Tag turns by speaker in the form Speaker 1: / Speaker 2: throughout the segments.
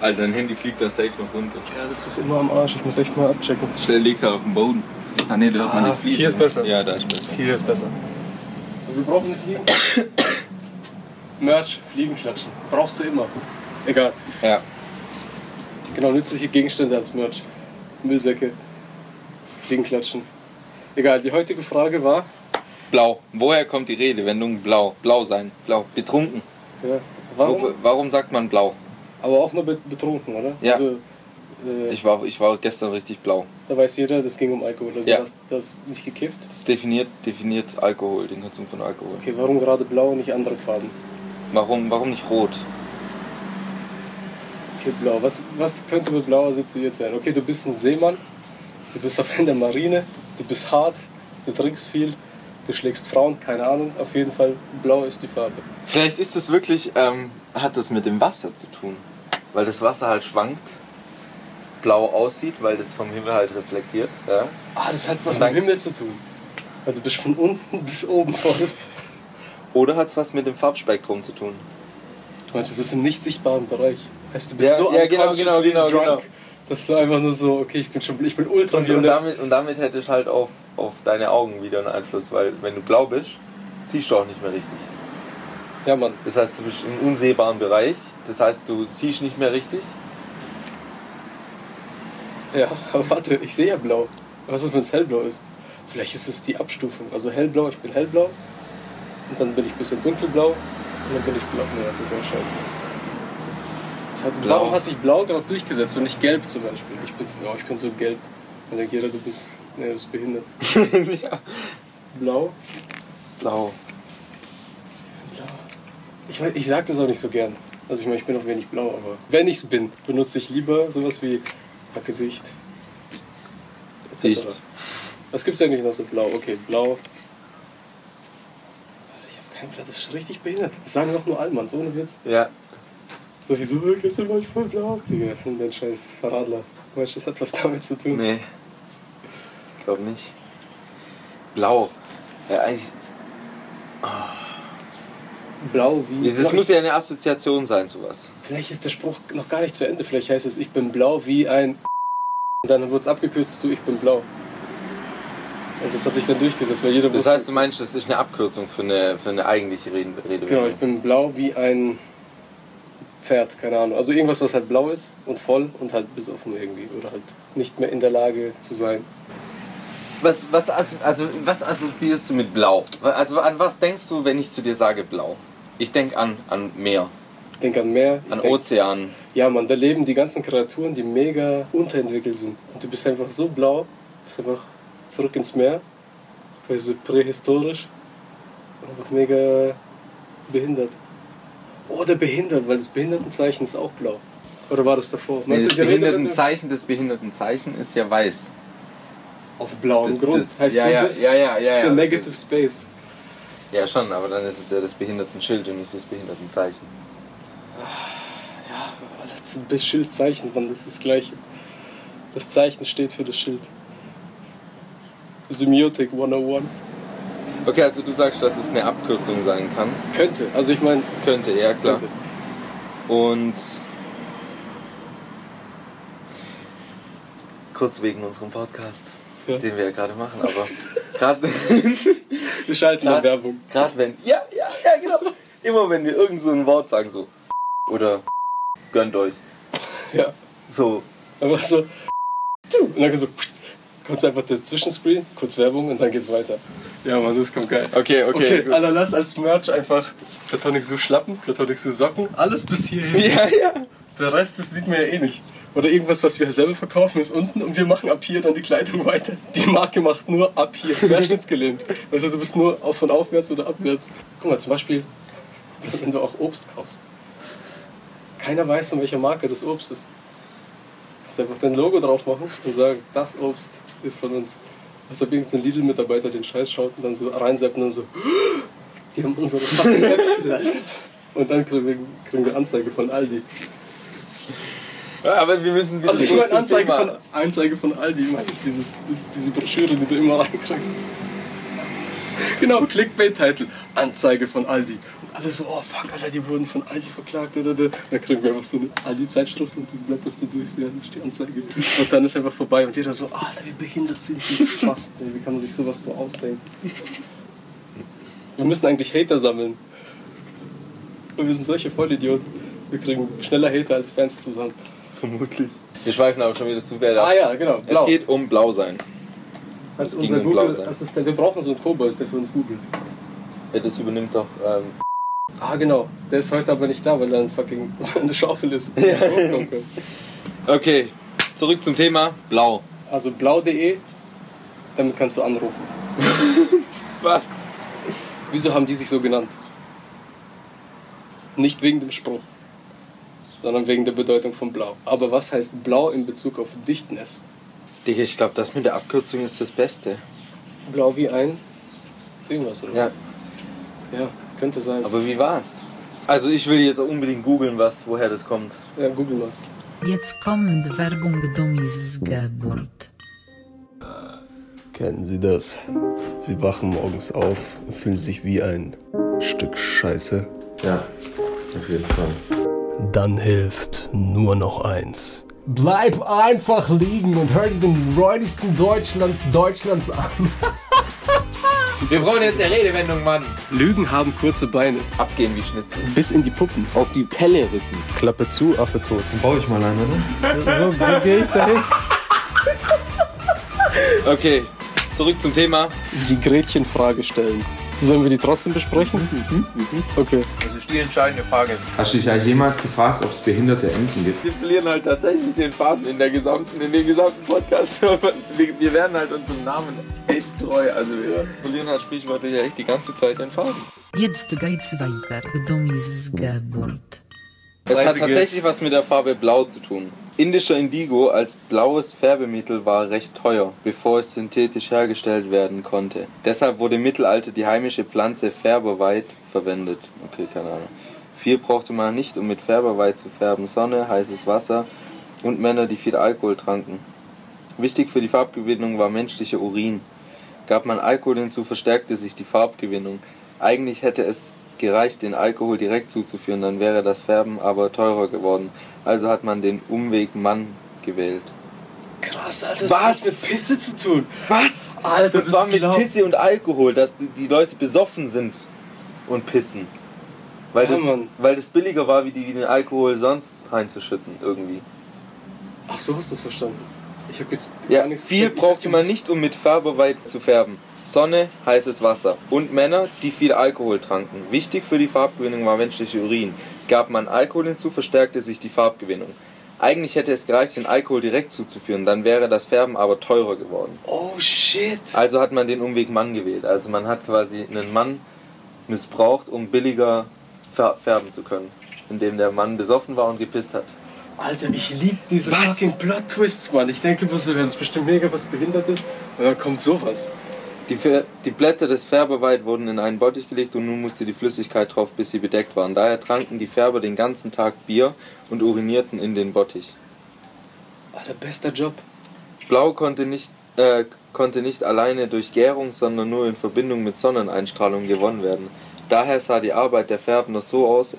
Speaker 1: Alter, dein Handy fliegt da safe noch runter.
Speaker 2: Ja, das ist immer am Arsch. Ich muss echt mal abchecken.
Speaker 1: Schnell legst halt auf den Boden. Ah ne, da hört man
Speaker 2: Ah,
Speaker 1: nicht fließen.
Speaker 2: hier ist besser.
Speaker 1: Ja, da ist besser.
Speaker 2: Hier ist besser. Also Wir brauchen eine Fliegen. Merch, Fliegenklatschen. Brauchst du immer. Egal.
Speaker 1: Ja.
Speaker 2: Genau, nützliche Gegenstände als Merch. Müllsäcke. Fliegenklatschen. Egal, die heutige Frage war.
Speaker 1: Blau. Woher kommt die Redewendung blau? Blau sein. Blau. Betrunken.
Speaker 2: Ja,
Speaker 1: Warum,
Speaker 2: warum?
Speaker 1: warum sagt man blau?
Speaker 2: Aber auch nur be- betrunken, oder?
Speaker 1: Ja.
Speaker 2: Also, äh,
Speaker 1: Ich war, ich war gestern richtig blau.
Speaker 2: da weiß jeder, das ging um Alkohol. Also,
Speaker 1: Ja.
Speaker 2: du hast das nicht gekifft.
Speaker 1: Das definiert, definiert Alkohol, den Konsum von Alkohol.
Speaker 2: Okay, warum gerade blau und nicht andere Farben?
Speaker 1: Warum, warum nicht rot?
Speaker 2: Okay, blau. Was, was könnte mit blau assoziiert sein? Okay, du bist ein Seemann, du bist auf in der Marine, du bist hart, du trinkst viel, du schlägst Frauen, keine Ahnung. Auf jeden Fall, blau ist die Farbe.
Speaker 1: Vielleicht ist das wirklich, ähm, hat das mit dem Wasser zu tun. Weil das Wasser halt schwankt, blau aussieht, weil das vom Himmel halt reflektiert. Ja.
Speaker 2: Ah, das hat was
Speaker 1: Danke.
Speaker 2: mit dem Himmel zu tun. Also du bist von unten bis oben voll.
Speaker 1: Oder hat es was mit dem Farbspektrum zu tun?
Speaker 2: Du meinst, das ist im nicht sichtbaren Bereich. Heißt, du bist
Speaker 1: Ja,
Speaker 2: so
Speaker 1: ja, genau,
Speaker 2: unconsciously
Speaker 1: genau, genau,
Speaker 2: drunk,
Speaker 1: genau.
Speaker 2: dass du einfach nur so, okay, ich bin schon, ich bin ultra
Speaker 1: Und, und, damit, und damit hätte ich halt auf, auf deine Augen wieder einen Einfluss, weil wenn du blau bist, siehst du auch nicht mehr richtig.
Speaker 2: Ja, Mann.
Speaker 1: Das heißt, du bist im unsehbaren Bereich, das heißt, du siehst nicht mehr richtig.
Speaker 2: Ja, aber warte, ich sehe ja blau. Was ist, wenn es hellblau ist? Vielleicht ist es die Abstufung. Also hellblau, ich bin hellblau. Und dann bin ich ein bisschen dunkelblau. Und dann bin ich blau. Nee, das ist auch scheiße. Das hat,
Speaker 1: Blau.
Speaker 2: Warum hat sich blau gerade durchgesetzt und nicht gelb zum Beispiel? Ich bin, ja, ich bin so gelb. Und dann jeder, du bist, nee, du bist behindert.
Speaker 1: ja.
Speaker 2: Blau?
Speaker 1: Blau.
Speaker 2: Ich, mein, ich sag das auch nicht so gern. Also ich meine, ich bin auch wenig blau, aber wenn ich es bin, benutze ich lieber sowas wie Hacke dicht. etc.
Speaker 1: Dicht.
Speaker 2: Was gibt's eigentlich noch so blau? Okay, blau. Ich hab keinen Plan, das ist richtig behindert. Das sagen doch nur Allmanns, ohne Witz.
Speaker 1: Ja.
Speaker 2: So, ich so, gestern war ich voll blau. Digga, und dein scheiß Radler. Mensch, das hat was damit zu tun.
Speaker 1: Nee. Ich glaube nicht. Blau. Ja, eigentlich.
Speaker 2: Blau wie...
Speaker 1: Ja, Das muss ja eine Assoziation sein, sowas.
Speaker 2: Vielleicht ist der Spruch noch gar nicht zu Ende. Vielleicht heißt es, ich bin blau wie ein. Und dann wurde es abgekürzt zu, ich bin blau. Und das hat sich dann durchgesetzt, weil jeder
Speaker 1: Das
Speaker 2: wusste-
Speaker 1: heißt, du meinst, das ist eine Abkürzung für eine, für eine eigentliche Rede.
Speaker 2: Genau, ich bin blau wie ein Pferd, keine Ahnung. Also irgendwas, was halt blau ist und voll und halt besoffen irgendwie. Oder halt nicht mehr in der Lage zu sein.
Speaker 1: was, was, asso- also, was assoziierst du mit blau? Also an was denkst du, wenn ich zu dir sage blau? Ich denke an, an Meer,
Speaker 2: Ich denke an Meer. Ich
Speaker 1: an
Speaker 2: denk,
Speaker 1: Ozean.
Speaker 2: ja, Mann, da leben die ganzen Kreaturen, die mega unterentwickelt sind. Und du bist einfach so blau, bist einfach zurück ins Meer. Also prähistorisch. Einfach mega behindert. Oder behindert, weil das Behindertenzeichen ist auch blau. Oder war das davor?
Speaker 1: Nee,
Speaker 2: Meinst du,
Speaker 1: das
Speaker 2: die Rede mit dem-
Speaker 1: Behindertenzeichen, das Behindertenzeichen ist ja weiß.
Speaker 2: Auf blauem
Speaker 1: Das-
Speaker 2: Grund.
Speaker 1: das-
Speaker 2: heißt,
Speaker 1: ja,
Speaker 2: du
Speaker 1: ja,
Speaker 2: bist
Speaker 1: ja, ja, ja, ja.
Speaker 2: der Negative Space.
Speaker 1: Ja schon, aber dann ist es ja das Behindertenschild und nicht das Behindertenzeichen.
Speaker 2: Ja, aber das ist ein Schildzeichen, Mann, das ist das Gleiche. Das Zeichen steht für das Schild. oh Semiotik 101.
Speaker 1: Okay, also du sagst, dass es eine Abkürzung sein kann.
Speaker 2: Könnte, also ich meine,
Speaker 1: Könnte, ja klar.
Speaker 2: könnte.
Speaker 1: Und kurz wegen unserem Podcast,
Speaker 2: Ja.
Speaker 1: den wir ja gerade machen, aber gerade
Speaker 2: Wir schalten eine Werbung.
Speaker 1: gerade wenn ja, ja, ja genau. Immer wenn wir irgend so ein Wort sagen so oder gönnt euch
Speaker 2: Ja,
Speaker 1: so
Speaker 2: einfach so. tu, Und dann so. Kurz einfach der Zwischenscreen, kurz Werbung und dann geht's weiter. Ja, Mann, das kommt geil.
Speaker 1: Okay, okay. also,
Speaker 2: Okay, Alter, lass als Merch einfach Platonic Zoo Schlappen, Platonic Zoo Socken, alles bis hierhin.
Speaker 1: Ja, ja.
Speaker 2: Der Rest, das sieht man ja eh nicht. Oder irgendwas, was wir halt selber verkaufen, ist unten und wir machen ab hier dann die Kleidung weiter. Die Marke macht nur ab hier, querschnittsgelähmt. Weißt Also du, du bist nur auf- von aufwärts oder abwärts. Guck mal, zum Beispiel, wenn du auch Obst kaufst. Keiner weiß, von welcher Marke das Obst ist. Du kannst einfach dein Logo drauf machen und sagen, das Obst ist von uns. Als ob irgendein Lidl-Mitarbeiter den Scheiß schaut und dann so reinseppt und dann so, die haben unsere fucking App vielleicht. Und dann kriegen wir, kriegen wir Anzeige von Aldi.
Speaker 1: Aber wir müssen wieder
Speaker 2: Also ich
Speaker 1: zurück
Speaker 2: meine
Speaker 1: zum
Speaker 2: Anzeige
Speaker 1: Thema.
Speaker 2: von, Anzeige von Aldi, meine ich, dieses, dieses, diese Broschüre, die du immer reinkriegst. Genau, Clickbait-Titel. Anzeige von Aldi. Und alle so, oh fuck, Alter, die wurden von Aldi verklagt. Und dann kriegen wir einfach so eine Aldi-Zeitschrift und dann blätterst du durch, so, ja, das ist die Anzeige. Und dann ist einfach vorbei und jeder so, Alter, wie behindert sind die Spasten, ey, wie kann man sich sowas nur ausdenken? Wir müssen eigentlich Hater sammeln. Und wir sind solche Vollidioten. Wir kriegen schneller Hater als Fans zusammen.
Speaker 1: Vermutlich. Wir schweifen aber schon wieder zu Werder.
Speaker 2: Ah ja, genau.
Speaker 1: Es geht um Blau sein.
Speaker 2: Als
Speaker 1: es ging
Speaker 2: unser
Speaker 1: um Blau sein.
Speaker 2: Google-Assistent. Wir brauchen so einen Kobold, der für uns googelt.
Speaker 1: Ja, das übernimmt doch. Ähm,
Speaker 2: Ah, genau. Der ist heute aber nicht da, weil er ein fucking eine Schaufel ist.
Speaker 1: okay, zurück zum Thema Blau.
Speaker 2: Also blau.de, damit kannst du anrufen.
Speaker 1: Was?
Speaker 2: Wieso haben die sich so genannt? Nicht wegen dem Spruch, sondern wegen der Bedeutung von blau. Aber was heißt blau in Bezug auf Dichtness?
Speaker 1: Digga, ich glaube, das mit der Abkürzung ist das Beste.
Speaker 2: Blau wie ein irgendwas, oder?
Speaker 1: Ja.
Speaker 2: ja könnte sein.
Speaker 1: Aber wie war's? Also ich will jetzt auch unbedingt googeln, was, woher das kommt.
Speaker 2: ja, google mal.
Speaker 3: Jetzt kommt Werbung Dummies Geburt.
Speaker 4: Kennen Sie das? Sie wachen morgens auf und fühlen sich wie ein Stück Scheiße.
Speaker 5: Ja, auf jeden Fall.
Speaker 4: Dann hilft nur noch eins.
Speaker 6: Bleib einfach liegen und hör dir den räudigsten Deutschlands Deutschlands an.
Speaker 1: Wir brauchen jetzt eine Redewendung, Mann.
Speaker 2: Lügen haben kurze Beine.
Speaker 1: Abgehen wie Schnitzel.
Speaker 2: Bis in die Puppen.
Speaker 1: Auf die Pelle rücken.
Speaker 4: Klappe zu, Affe tot.
Speaker 5: Brauche ich mal eine, ne?
Speaker 6: So, so gehe ich dahin.
Speaker 1: Okay, zurück zum Thema.
Speaker 2: Die Gretchen-Frage stellen. Sollen wir die trotzdem besprechen? Okay.
Speaker 1: Das ist die entscheidende Frage.
Speaker 5: Hast du dich eigentlich jemals gefragt, ob es behinderte Enten gibt?
Speaker 1: Wir verlieren halt tatsächlich den Faden in der gesamten, in dem gesamten Podcast. Wir, wir werden halt unserem Namen echt treu. Also wir verlieren halt sprichwörtlich echt die ganze Zeit den Faden.
Speaker 3: Jetzt geht's weiter. Dummies Geburt.
Speaker 1: Es hat
Speaker 2: Preisige-
Speaker 1: tatsächlich was mit der Farbe Blau zu tun. Indischer Indigo als blaues Färbemittel war recht teuer, bevor es synthetisch hergestellt werden konnte. Deshalb wurde im Mittelalter die heimische Pflanze Färberweit verwendet. Okay, keine Ahnung. Viel brauchte man nicht, um mit Färberweit zu färben. Sonne, heißes Wasser und Männer, die viel Alkohol tranken. Wichtig für die Farbgewinnung war menschlicher Urin. Gab man Alkohol hinzu, verstärkte sich die Farbgewinnung. Eigentlich hätte es gereicht, den Alkohol direkt zuzuführen, dann wäre das Färben aber teurer geworden. Also hat man den Umweg Mann gewählt.
Speaker 2: Krass, Alter. Das
Speaker 1: Was?
Speaker 2: hat mit Pisse zu tun.
Speaker 1: Was?
Speaker 2: Alter,
Speaker 1: das war mit
Speaker 2: glaub-
Speaker 1: Pisse und Alkohol, dass die, die Leute besoffen sind und pissen. Weil,
Speaker 2: Ja,
Speaker 1: das,
Speaker 2: Mann.
Speaker 1: weil das billiger war, wie, die, wie den Alkohol sonst reinzuschütten irgendwie.
Speaker 2: Ach, so hast du es verstanden. Ich hab ge-
Speaker 1: Ja,
Speaker 2: gar nichts
Speaker 1: viel
Speaker 2: verstanden. Ich
Speaker 1: brauchte
Speaker 2: dachte,
Speaker 1: man
Speaker 2: du
Speaker 1: nicht, um mit Farbe weit zu färben. Sonne, heißes Wasser und Männer, die viel Alkohol tranken. Wichtig für die Farbgewinnung war menschliche Urin. Gab man Alkohol hinzu, verstärkte sich die Farbgewinnung. Eigentlich hätte es gereicht, den Alkohol direkt zuzuführen, dann wäre das Färben aber teurer geworden.
Speaker 2: bist- Oh shit.
Speaker 1: Also hat man den Umweg Mann gewählt. Also man hat quasi einen Mann missbraucht, um billiger fär- färben zu können, indem der Mann besoffen war und gepisst hat.
Speaker 2: Alter, ich lieb diese
Speaker 1: Was?
Speaker 2: fucking Plot Twists, Mann. Ich denke immer so, ja, das ist bestimmt mega was Behindertes. Und dann kommt sowas.
Speaker 1: Die, Fär- die Blätter des Färbeweit wurden in einen Bottich gelegt und nun musste die Flüssigkeit drauf, bis sie bedeckt waren. Daher tranken die Färber den ganzen Tag Bier und urinierten in den Bottich.
Speaker 2: Alter, bester Job.
Speaker 1: Blau konnte nicht, äh, konnte nicht alleine durch Gärung, sondern nur in Verbindung mit Sonneneinstrahlung gewonnen werden. Daher sah die Arbeit der Färbner so aus,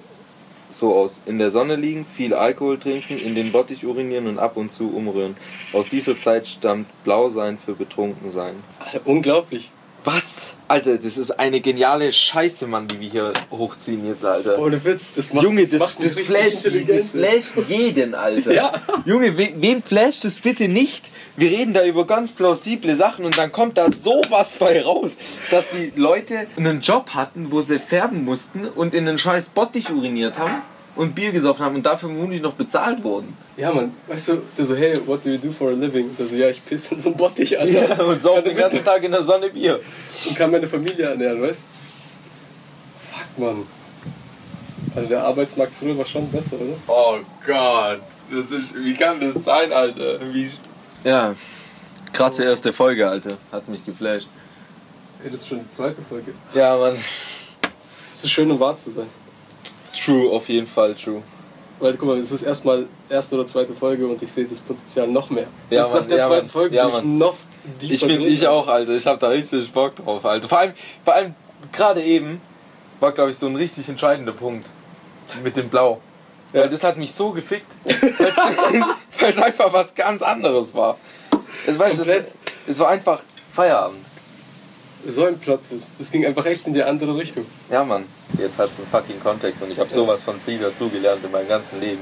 Speaker 1: so aus. In der Sonne liegen, viel Alkohol trinken, in den Bottich urinieren und ab und zu umrühren. Aus dieser Zeit stammt Blausein für betrunken sein.
Speaker 2: Alter, unglaublich.
Speaker 1: Was? Alter, das ist eine geniale Scheiße, Mann, die wir hier hochziehen jetzt, Alter.
Speaker 2: Ohne Witz, das macht
Speaker 1: Junge, das,
Speaker 2: macht
Speaker 1: das,
Speaker 2: mich
Speaker 1: flasht,
Speaker 2: intelligent.
Speaker 1: das flasht jeden, Alter.
Speaker 2: Ja.
Speaker 1: Junge, we, wem flasht das bitte nicht? Wir reden da über ganz plausible Sachen und dann kommt da sowas bei raus, dass die Leute einen Job hatten, wo sie färben mussten und in einen scheiß Bottich uriniert haben und Bier gesoffen haben und dafür vermutlich noch bezahlt wurden.
Speaker 2: Ja, Mann, weißt du, der so, hey, what do you do for a living? Der so, ja, ich pisse in so einen Bottich, Alter.
Speaker 1: Und saufen den ganzen Tag in der Sonne Bier.
Speaker 2: und kann meine Familie ernähren, weißt Fuck, Mann. Also der Arbeitsmarkt früher war schon besser, oder?
Speaker 1: Oh Gott, das ist, wie kann das sein, Alter? Wie ja, krasse erste Folge, Alter. Hat mich geflasht.
Speaker 2: Ey, das ist schon die zweite Folge.
Speaker 1: Ja, Mann.
Speaker 2: Es ist so schön, um wahr zu sein.
Speaker 1: True, auf jeden Fall true.
Speaker 2: Weil, guck mal, es ist erstmal erste oder zweite Folge und ich sehe das Potenzial noch mehr.
Speaker 1: Ja,
Speaker 2: Jetzt
Speaker 1: Mann,
Speaker 2: nach der
Speaker 1: ja,
Speaker 2: zweiten
Speaker 1: Mann,
Speaker 2: Folge
Speaker 1: ja,
Speaker 2: bin ich
Speaker 1: Mann.
Speaker 2: noch die
Speaker 1: Ich bin,
Speaker 2: verdrehen.
Speaker 1: ich auch, Alter. Ich hab da richtig Bock drauf, Alter. Vor allem, vor allem gerade eben war, glaube ich, so ein richtig entscheidender Punkt mit dem Blau.
Speaker 2: Ja.
Speaker 1: Weil das hat mich so gefickt, weil es einfach was ganz anderes war. Es, weißt, du, es,
Speaker 2: Komplett.
Speaker 1: es war einfach Feierabend.
Speaker 2: So ein Plot-Twist. Das ging einfach echt in die andere Richtung.
Speaker 1: Ja, Mann. Jetzt hat's einen fucking Kontext und ich habe sowas von viel dazugelernt in meinem ganzen Leben.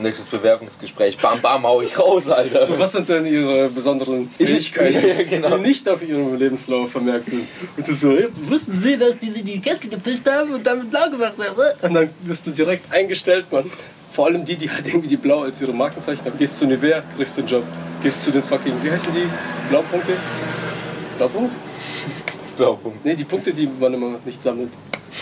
Speaker 1: Nächstes Bewerbungsgespräch. Bam, bam, hau ich raus, Alter.
Speaker 2: So, was sind denn ihre besonderen Fähigkeiten,
Speaker 1: Ja, genau.
Speaker 2: die nicht auf ihrem Lebenslauf vermerkt sind? Und du so, "Hey, wussten sie, dass die die Kessel gepisst haben und damit blau gemacht haben? Und dann wirst du direkt eingestellt, Mann. Vor allem die, die halt irgendwie die blau als ihre Markenzeichen haben. Gehst zu Nivea, kriegst den Job. Gehst zu den fucking, wie heißen die? Blaupunkte? Blaupunkt?
Speaker 1: Glauben.
Speaker 2: Ne, die Punkte, die man immer nicht sammelt.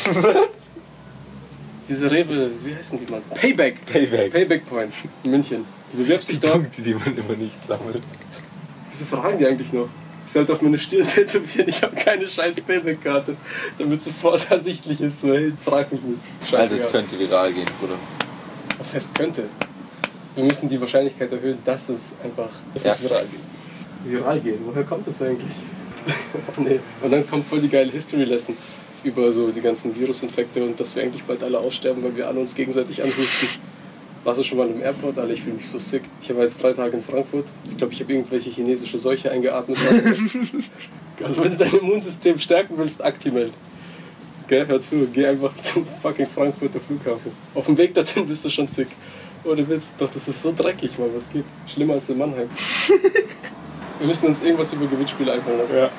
Speaker 2: Was? Diese Rewe, wie heißen die, Mann? Payback.
Speaker 1: Payback.
Speaker 2: Payback Points in München. Du bewirbst dich
Speaker 1: Die
Speaker 2: dort.
Speaker 1: Punkte, die man immer nicht sammelt.
Speaker 2: Wieso fragen die eigentlich noch? Ich sollte auf meine Stirn tätowieren, ich habe keine scheiß Payback-Karte. Damit sofort ersichtlich ist, so, hey, jetzt frag mich nicht.
Speaker 1: Also, es
Speaker 2: Scheißegal.
Speaker 1: könnte viral gehen, Bruder.
Speaker 2: Was heißt könnte? Wir müssen die Wahrscheinlichkeit erhöhen, dass es einfach dass
Speaker 1: Ja.
Speaker 2: es viral geht. Viral geht? Woher kommt das eigentlich? nee. Und dann kommt voll die geile History-Lesson über so die ganzen Virusinfekte und dass wir eigentlich bald alle aussterben, weil wir alle uns gegenseitig anhusten. Warst du schon mal im Airport, Alter? Ich fühle mich so sick. Ich war jetzt drei Tage in Frankfurt. Ich glaube, ich habe irgendwelche chinesische Seuche eingeatmet. also wenn du dein Immunsystem stärken willst, Actimel. Gell, hör zu, geh einfach zum fucking Frankfurter Flughafen. Auf dem Weg dorthin bist du schon sick. Ohne Witz, doch das ist so dreckig, Mann, was geht. Schlimmer als in Mannheim. Wir müssen uns irgendwas über Gewinnspiele einfallen lassen.
Speaker 1: Ja.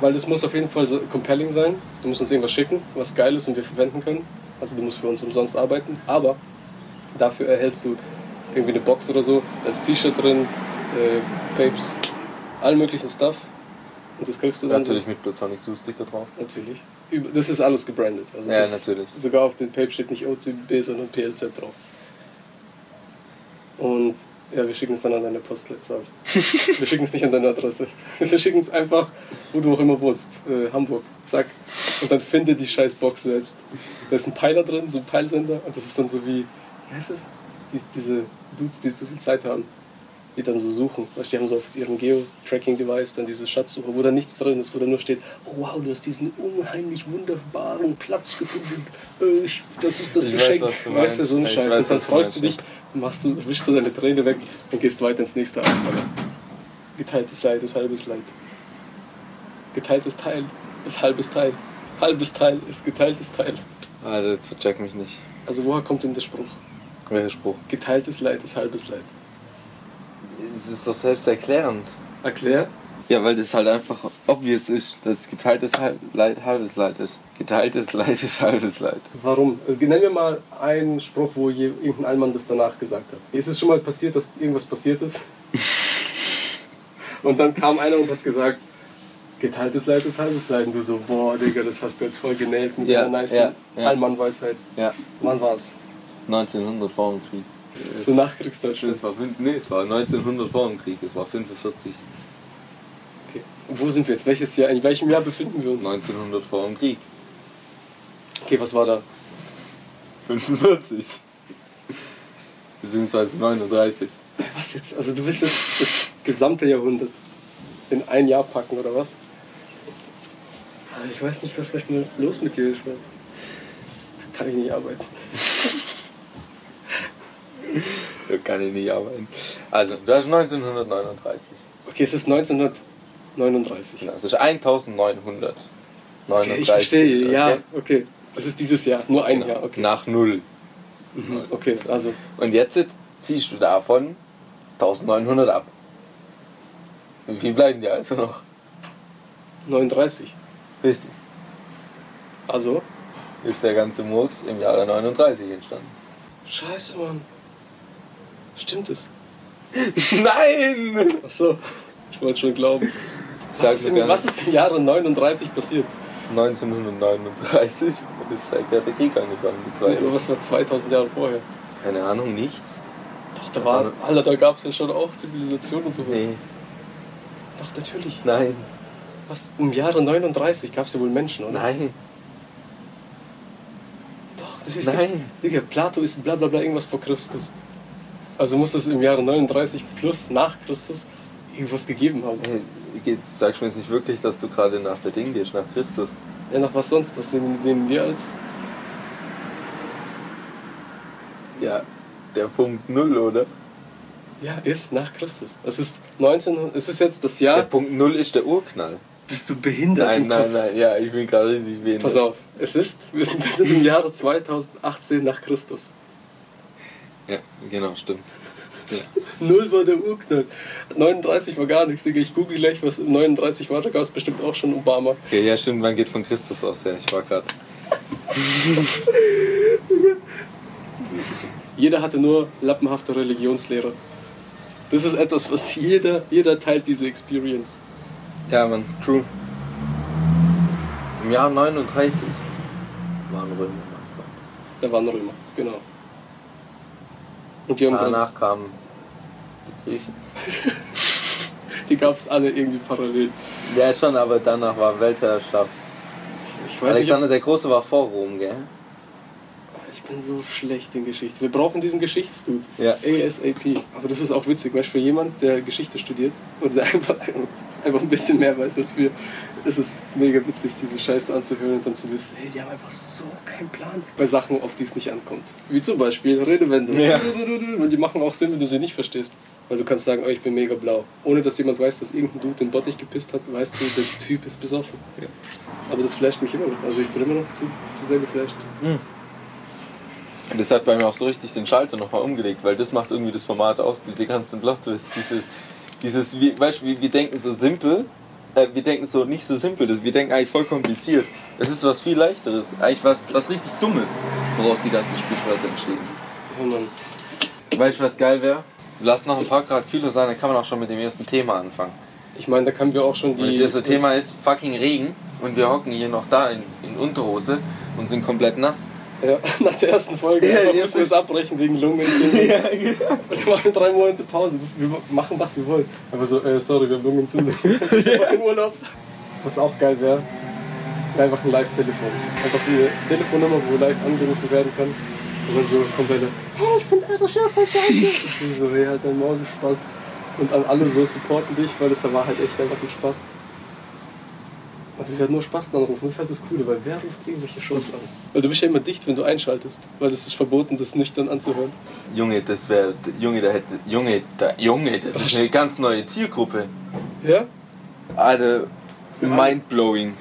Speaker 2: Weil das muss auf jeden Fall so compelling sein. Du musst uns irgendwas schicken, was geil ist und wir verwenden können. Also du musst für uns umsonst arbeiten, aber dafür erhältst du irgendwie eine Box oder so, da ist T-Shirt drin, äh, Papes, allen möglichen Stuff. Und das kriegst du dann so-
Speaker 1: Natürlich mit Platonic Zoo Sticker drauf.
Speaker 2: Natürlich. Über- Das ist alles gebrandet. Also
Speaker 1: Ja,
Speaker 2: das,
Speaker 1: natürlich.
Speaker 2: Sogar auf dem Pape steht nicht OCB, sondern PLZ drauf. Und ja, wir schicken es dann an deine Postleitzahl. wir schicken es nicht an deine Adresse. Wir schicken es einfach, wo du auch immer wohnst. Äh, Hamburg. Zack. Und dann finde die scheiß Box selbst. Da ist ein Peiler drin, so ein Peilsender. Und das ist dann so wie, wie heißt es? Die, diese Dudes, die so viel Zeit haben die dann so suchen. Weißt, du, die haben so auf ihrem Geo-Tracking-Device dann diese Schatzsuche, wo da nichts drin ist, wo da nur steht, oh wow, du hast diesen unheimlich wunderbaren Platz gefunden. Äh, ich- Das ist das
Speaker 1: Ich weiß,
Speaker 2: Geschenk.
Speaker 1: was du
Speaker 2: weißt du,
Speaker 1: meinst.
Speaker 2: so ein
Speaker 1: Ich
Speaker 2: Scheiß.
Speaker 1: weiß,
Speaker 2: und dann
Speaker 1: was du
Speaker 2: freust du dich,
Speaker 1: meinst,
Speaker 2: machst du, wischst du deine Träne weg und gehst weiter ins nächste Abenteuer. Geteiltes Leid ist halbes Leid. Geteiltes Teil ist halbes Teil. Halbes Teil ist geteiltes Teil.
Speaker 1: Alter, jetzt vercheck mich nicht.
Speaker 2: Also woher kommt denn der Spruch?
Speaker 1: Welcher Spruch?
Speaker 2: Geteiltes Leid ist halbes Leid.
Speaker 1: Es ist doch selbsterklärend.
Speaker 2: Erklär.
Speaker 1: Ja, weil das halt einfach obvious ist, dass geteiltes Hal- Leid halbes Leid ist. Geteiltes Leid ist halbes Leid.
Speaker 2: Warum? Also, Nenn mir mal einen Spruch, wo je, irgendein Allmann das danach gesagt hat. Ist es schon mal passiert, dass irgendwas passiert ist? und dann kam einer und hat gesagt, geteiltes Leid ist halbes Leid. Und du so, boah, Digga, das hast du jetzt voll genäht mit
Speaker 1: Ja,
Speaker 2: deiner nice
Speaker 1: ja, ja.
Speaker 2: Allmann-Weisheit.
Speaker 1: Ja,
Speaker 2: Wann war's?
Speaker 1: 1900 vor dem Krieg.
Speaker 2: So Nachkriegsdeutschland.
Speaker 1: Es war, fünf- nee, es war 1900 vor dem Krieg, es war 45.
Speaker 2: Okay. Wo sind wir jetzt? Welches Jahr? In welchem Jahr befinden wir uns?
Speaker 1: 1900 vor dem Krieg.
Speaker 2: Okay, was war da?
Speaker 1: 45. Beziehungsweise 39.
Speaker 2: Was jetzt? Also du willst jetzt das gesamte Jahrhundert in ein Jahr packen, oder was? Ah, Ich weiß nicht, was manchmal los mit dir ist. Mann. Da Kann ich nicht arbeiten.
Speaker 1: So kann ich nicht arbeiten. Also, das ist 1939.
Speaker 2: Okay, es ist 1939.
Speaker 1: Das Genau, ist 1900.
Speaker 2: Okay, ich verstehe, ja, Genau, okay. Das ist dieses Jahr, nur ein Jahr, okay.
Speaker 1: Genau, Nach Null.
Speaker 2: Okay, also
Speaker 1: Und jetzt ziehst du davon 1900 ab. Wie viel bleiben dir also noch?
Speaker 2: 39.
Speaker 1: Richtig.
Speaker 2: Also?
Speaker 1: Ist der ganze Murks im Jahre 39 entstanden.
Speaker 2: Scheiße, Mann. Stimmt es?
Speaker 1: Nein!
Speaker 2: Ach so, ich wollte schon glauben. Was
Speaker 1: Sag
Speaker 2: ist,
Speaker 1: mir
Speaker 2: im,
Speaker 1: gerne.
Speaker 2: was ist im Jahre 39 passiert?
Speaker 1: 1939 ist der Kalte Krieg angefangen. Die zwei
Speaker 2: Aber
Speaker 1: Jahre.
Speaker 2: was war 2000 Jahre vorher?
Speaker 1: Keine Ahnung, nichts?
Speaker 2: Doch, da war, Alter, da gab es ja schon auch Zivilisation und sowas.
Speaker 1: Nee,
Speaker 2: Doch, natürlich.
Speaker 1: nein,
Speaker 2: Was, Im Jahre 39 gab es ja wohl Menschen, oder?
Speaker 1: nein.
Speaker 2: Doch, das ist
Speaker 1: Nein.
Speaker 2: Digga, Plato ist bla bla bla irgendwas vor Christus. Also muss es im Jahre 39 plus nach Christus irgendwas gegeben haben.
Speaker 1: Hey, geht- sagst du mir jetzt nicht wirklich, dass du gerade nach der Ding gehst, nach Christus?
Speaker 2: Ja, nach was sonst? Was nehmen nehmen wir als?
Speaker 1: Ja, der Punkt Null, oder?
Speaker 2: Ja, ist nach Christus. Es ist 19, es ist jetzt das
Speaker 1: Der
Speaker 2: Jahr.
Speaker 1: Punkt Null ist der Urknall.
Speaker 2: Bist du behindert?
Speaker 1: Nein,
Speaker 2: im Kopf?
Speaker 1: nein, nein, ja, ich bin gerade nicht wenig.
Speaker 2: Pass auf, es ist, wir sind im Jahre 2018 nach Christus.
Speaker 1: Ja, genau, stimmt.
Speaker 2: Null war der Urknall. 39 war gar nichts, Digga. Ich google gleich, was im 39 war. Da gab es bestimmt auch schon Obama.
Speaker 1: Okay, ja, stimmt, man geht von Christus aus, ja, ich war gerade.
Speaker 2: Jeder hatte nur lappenhafte Religionslehre. Das ist etwas, was jeder, jeder teilt diese Experience.
Speaker 1: Ja, Mann, true. Im Jahr 39 waren Römer. Mann.
Speaker 2: Da waren Römer, genau. Und die, haben,
Speaker 1: Danach kamen die Griechen.
Speaker 2: die gab es alle irgendwie parallel.
Speaker 1: Ja, schon, aber danach war Weltherrschaft.
Speaker 2: Ich weiß nicht,
Speaker 1: Alexander der Große war vor Rom, gell?
Speaker 2: ob- ich bin so schlecht in Geschichte. Wir brauchen diesen Geschichtsdude.
Speaker 1: Ja.
Speaker 2: ASAP. Aber das ist auch witzig, weißt du, für jemand, der Geschichte studiert und der einfach, einfach ein bisschen mehr weiß als wir, ist es mega witzig, diese Scheiße anzuhören und dann zu wissen, hey, die haben einfach so keinen Plan bei Sachen, auf die es nicht ankommt. Wie zum Beispiel Redewendungen.
Speaker 1: Ja.
Speaker 2: Und die machen auch Sinn, wenn du sie nicht verstehst. Weil du kannst sagen, oh, ich bin mega blau. Ohne dass jemand weiß, dass irgendein Dude den Bottich gepisst hat, weißt du, der Typ ist besoffen. Aber das flasht mich immer noch. Also ich bin immer noch zu, zu sehr geflasht.
Speaker 1: Und das hat bei mir auch so richtig den Schalter nochmal umgelegt, weil das macht irgendwie das Format aus, diese ganzen Plot-Twists. Dieses, dieses wie, weißt du, wir, wir denken so simpel, äh, wir denken so nicht so simpel, das, wir denken eigentlich voll kompliziert. Es ist was viel leichteres, eigentlich was, was richtig Dummes, woraus die ganzen Sprichwörter entstehen.
Speaker 2: Oh Mann.
Speaker 1: Weißt du, was geil wäre? Lass noch ein paar Grad kühler sein, dann kann man auch schon mit dem ersten Thema anfangen.
Speaker 2: Ich meine, da können wir auch schon
Speaker 1: Und das
Speaker 2: die...
Speaker 1: erste Thema ist fucking Regen und wir hocken hier noch da in, in Unterhose und sind komplett nass.
Speaker 2: Ja, nach der ersten Folge genau.
Speaker 1: Ja,
Speaker 2: einfach
Speaker 1: ja.
Speaker 2: müssen wir es abbrechen wegen Lungenentzündung.
Speaker 1: Ja, ja.
Speaker 2: Wir machen drei Monate Pause. Das, wir machen, was wir wollen. Aber so, äh, sorry, wir haben Lungenentzündung. Wir machen Urlaub. Was auch geil wäre, wäre einfach ein Live-Telefon. Einfach eine Telefonnummer, wo live angerufen werden kann. Und dann so kommt einer, hey, ich bin eure Schärfer, scheiße. Und so, hey, halt dein Morgen Spaß. Und an alle so supporten dich, weil das war halt echt einfach ein Spaß. Also ich werde nur Spaß anrufen, das ist halt das Coole, weil wer ruft irgendwelche Shows an? Weil du bist ja immer dicht, wenn du einschaltest, weil es ist verboten, das nüchtern anzuhören.
Speaker 1: Junge, das wäre. Junge, da hätte. Junge, da, Junge, das ist eine ganz neue Zielgruppe.
Speaker 2: Ja?
Speaker 1: Alter, mindblowing.